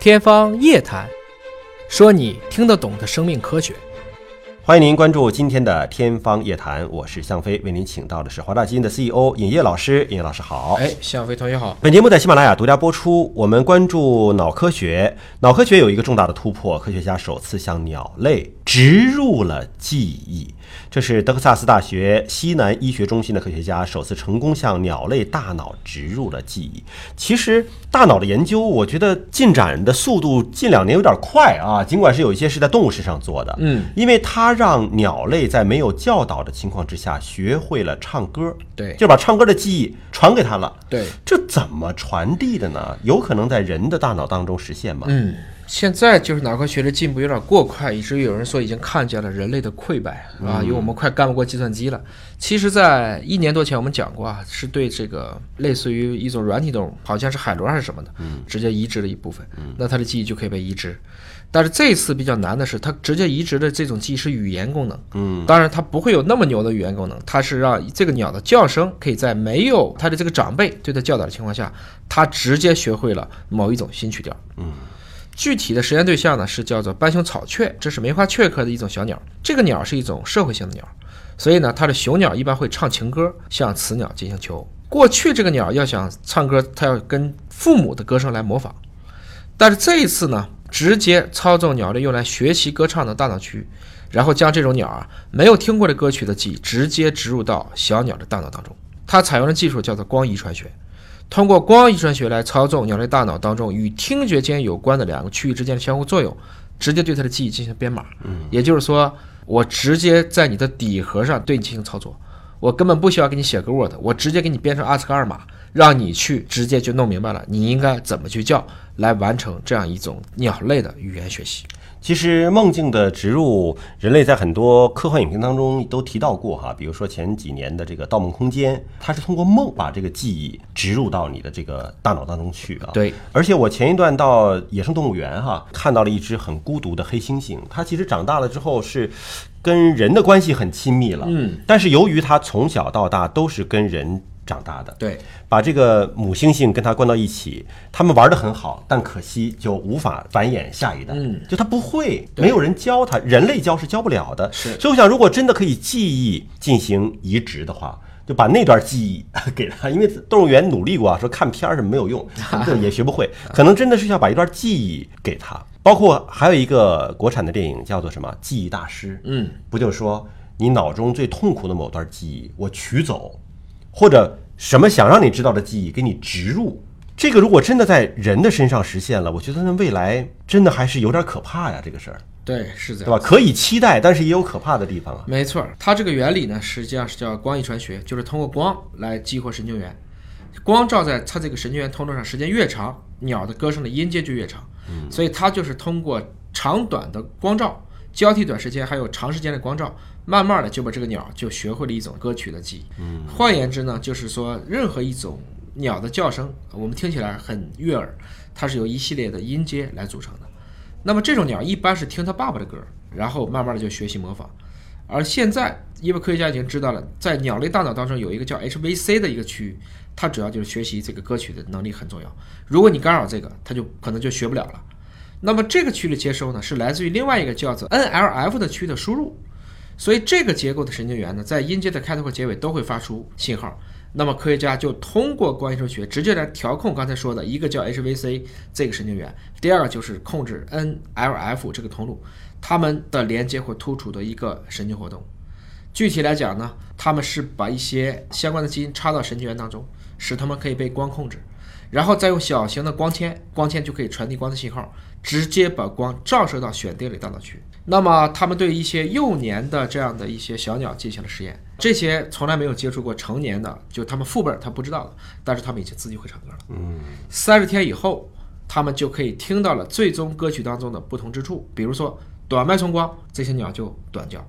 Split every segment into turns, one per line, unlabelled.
天方夜谭，说你听得懂的生命科学。
欢迎您关注今天的《天方夜谭》，我是向飞，为您请到的是华大基因的 CEO 尹烨老师。尹烨老师好，
哎，向飞同学好。
本节目在喜马拉雅独家播出。我们关注脑科学，脑科学有一个重大的突破，科学家首次向鸟类植入了记忆。这是德克萨斯大学西南医学中心的科学家首次成功向鸟类大脑植入了记忆。其实，大脑的研究，我觉得进展的速度近两年有点快啊。尽管是有一些是在动物身上做的，
嗯，
因为它让鸟类在没有教导的情况之下学会了唱歌，
对
就把唱歌的记忆传给它了。
对，
这怎么传递的呢？有可能在人的大脑当中实现吗？
嗯，现在就是脑科学的进步有点过快，以至于有人说已经看见了人类的溃败啊，因为我们快干不过计算机了。其实，在一年多前我们讲过啊，是对这个类似于一种软体动物，好像是海螺还是什么的，直接移植了一部分，那它的记忆就可以被移植。但是这次比较难的是，它直接移植的这种记忆是语言功能，嗯，当然它不会有那么牛的语言功能，它是让这个鸟的叫声可以在没有它的这个长辈对它叫导的情况下，它直接学会了某一种新曲调。具体的实验对象呢是叫做斑熊草雀，这是梅花雀科的一种小鸟。这个鸟是一种社会性的鸟，所以呢，它的雄鸟一般会唱情歌，向雌鸟进行求偶。过去这个鸟要想唱歌，它要跟父母的歌声来模仿，但是这一次呢，直接操纵鸟类用来学习歌唱的大脑区域，然后将这种鸟啊没有听过的歌曲的记忆直接植入到小鸟的大脑当中。它采用的技术叫做光遗传学。通过光遗传学来操纵鸟类大脑当中与听觉间有关的两个区域之间的相互作用，直接对它的记忆进行编码。嗯，也就是说，我直接在你的底核上对你进行操作，我根本不需要给你写个 Word，我直接给你编成阿斯克尔码，让你去直接就弄明白了你应该怎么去叫，来完成这样一种鸟类的语言学习。
其实梦境的植入，人类在很多科幻影片当中都提到过哈，比如说前几年的这个《盗梦空间》，它是通过梦把这个记忆植入到你的这个大脑当中去啊。
对，
而且我前一段到野生动物园哈，看到了一只很孤独的黑猩猩，它其实长大了之后是。跟人的关系很亲密了，嗯，但是由于它从小到大都是跟人长大的，
对，
把这个母猩猩跟它关到一起，它们玩得很好，但可惜就无法繁衍下一代。嗯，就它不会，没有人教它，人类教是教不了的。
是
所以我想，如果真的可以记忆进行移植的话。就把那段记忆 给它，因为动物园努力过啊，说看片儿什么没 有用，这也学不会，可能真的是要把一段记忆给它。包括还有一个国产的电影叫做什么《记忆大师》，
嗯，
不就说你脑中最痛苦的某段记忆，我取走，或者什么想让你知道的记忆给你植入。这个如果真的在人的身上实现了，我觉得那未来真的还是有点可怕呀，这个事儿，
对，是这
对吧？可以期待，但是也有可怕的地方啊。
没错儿，它这个原理呢，实际上是叫光遗传学，就是通过光来激活神经元。光照在它这个神经元通道上时间越长，鸟的歌声的音阶就越长。嗯，所以它就是通过长短的光照交替短时间，还有长时间的光照，慢慢的就把这个鸟就学会了一种歌曲的记忆。嗯，换言之呢，就是说任何一种鸟的叫声，我们听起来很悦耳，它是由一系列的音阶来组成的。那么这种鸟一般是听它爸爸的歌，然后慢慢的就学习模仿。而现在，因为科学家已经知道了，在鸟类大脑当中有一个叫 HVC 的一个区域，它主要就是学习这个歌曲的能力很重要。如果你干扰这个，它就可能就学不了了。那么这个区域的接收呢，是来自于另外一个叫做 NLF 的区域的输入，所以这个结构的神经元呢，在音阶的开头和结尾都会发出信号。那么科学家就通过光遗传学直接来调控刚才说的一个叫 HVC 这个神经元，第二个就是控制 NLF 这个通路，它们的连接或突触的一个神经活动。具体来讲呢，他们是把一些相关的基因插到神经元当中，使它们可以被光控制，然后再用小型的光纤，光纤就可以传递光的信号，直接把光照射到选定里大脑区。那么，他们对一些幼年的这样的一些小鸟进行了实验，这些从来没有接触过成年的，就他们父辈儿他不知道的，但是他们已经自己会唱歌了。嗯，三十天以后，他们就可以听到了最终歌曲当中的不同之处，比如说短脉冲光，这些鸟就短叫。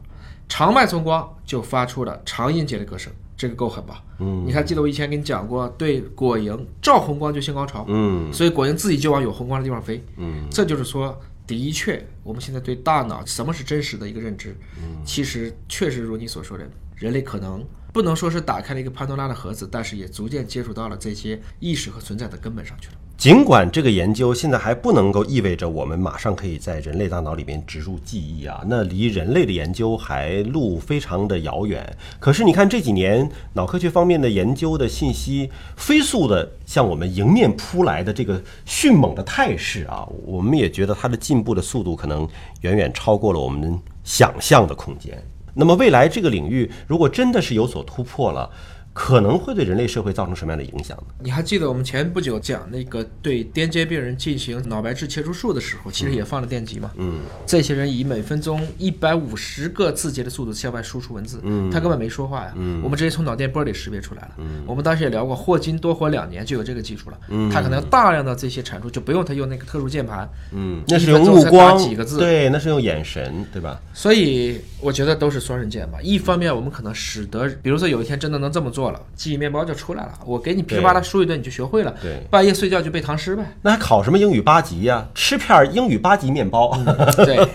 长脉冲光就发出了长音节的歌声，这个够狠吧？嗯，你还记得我以前给你讲过，对果蝇照红光就性高潮，
嗯，
所以果蝇自己就往有红光的地方飞，
嗯，
这就是说，的确，我们现在对大脑什么是真实的一个认知，嗯，其实确实如你所说的，人类可能不能说是打开了一个潘多拉的盒子，但是也逐渐接触到了这些意识和存在的根本上去了。
尽管这个研究现在还不能够意味着我们马上可以在人类大脑里面植入记忆啊，那离人类的研究还路非常的遥远。可是你看这几年脑科学方面的研究的信息飞速的向我们迎面扑来的这个迅猛的态势啊，我们也觉得它的进步的速度可能远远超过了我们想象的空间。那么未来这个领域如果真的是有所突破了，可能会对人类社会造成什么样的影响呢？
你还记得我们前不久讲那个对癫痫病人进行脑白质切除术的时候，其实也放了电极嘛？嗯，这些人以每分钟一百五十个字节的速度向外输出文字，嗯，他根本没说话呀，嗯，我们直接从脑电波里识别出来了，嗯，我们当时也聊过，霍金多活两年就有这个技术了，嗯，他可能大量的这些产出就不用他用那个特殊键盘，
嗯，那是
一
用
分钟
目
才
光，
打几个字
对，那是用眼神，对吧？
所以我觉得都是双刃剑吧。一方面，我们可能使得，比如说有一天真的能这么做了，记忆面包就出来了，我给你噼里啪啦输一顿，你就学会了。
对，
半夜睡觉就背唐诗呗。
那还考什么英语八级呀、吃片儿英语八级面包，
对，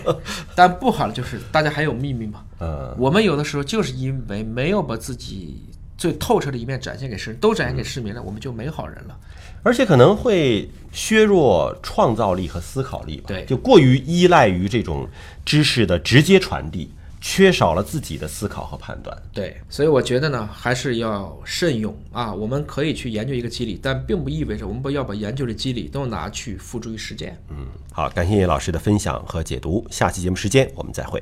但不好的就是大家还有秘密嘛。
嗯，
我们有的时候就是因为没有把自己最透彻的一面展现给世人，都展现给市民了，我们就没好人了。
而且可能会削弱创造力和思考力吧。
对
就过于依赖于这种知识的直接传递，缺少了自己的思考和判断。
对，所以我觉得呢，还是要慎用啊。我们可以去研究一个机理，但并不意味着我们不要把研究的机理都拿去付诸于实践。
嗯，好，感谢叶老师的分享和解读，下期节目时间我们再会。